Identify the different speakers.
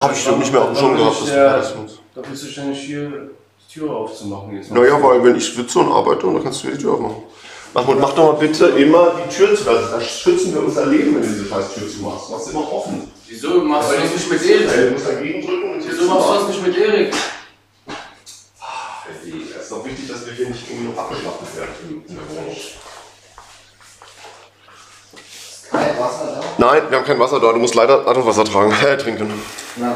Speaker 1: Habe ich doch nicht mehr auf dem Schirm gehabt, dass du das musst.
Speaker 2: Da äh, bist du ständig hier, die Tür aufzumachen jetzt.
Speaker 1: Naja, weil wenn ich sitze und arbeite, dann kannst du die Tür aufmachen. Mahmoud, mach doch mal bitte immer die Tür zu. Also, da schützen wir unser Leben, wenn du diese scheiß Tür zumachst. Machst immer offen.
Speaker 2: Wieso machst du das nicht mit
Speaker 1: Ey,
Speaker 2: Erik?
Speaker 1: Du musst dagegen drücken und hier
Speaker 2: Wieso machst du das nicht mit Erik?
Speaker 1: Es ist doch wichtig, dass wir hier nicht irgendwie noch abgeschlachtet werden in der Wohnung.
Speaker 3: Kein Wasser da?
Speaker 1: Nein, wir haben kein Wasser da. Du musst leider anderes Wasser tragen, äh, trinken.
Speaker 3: Na,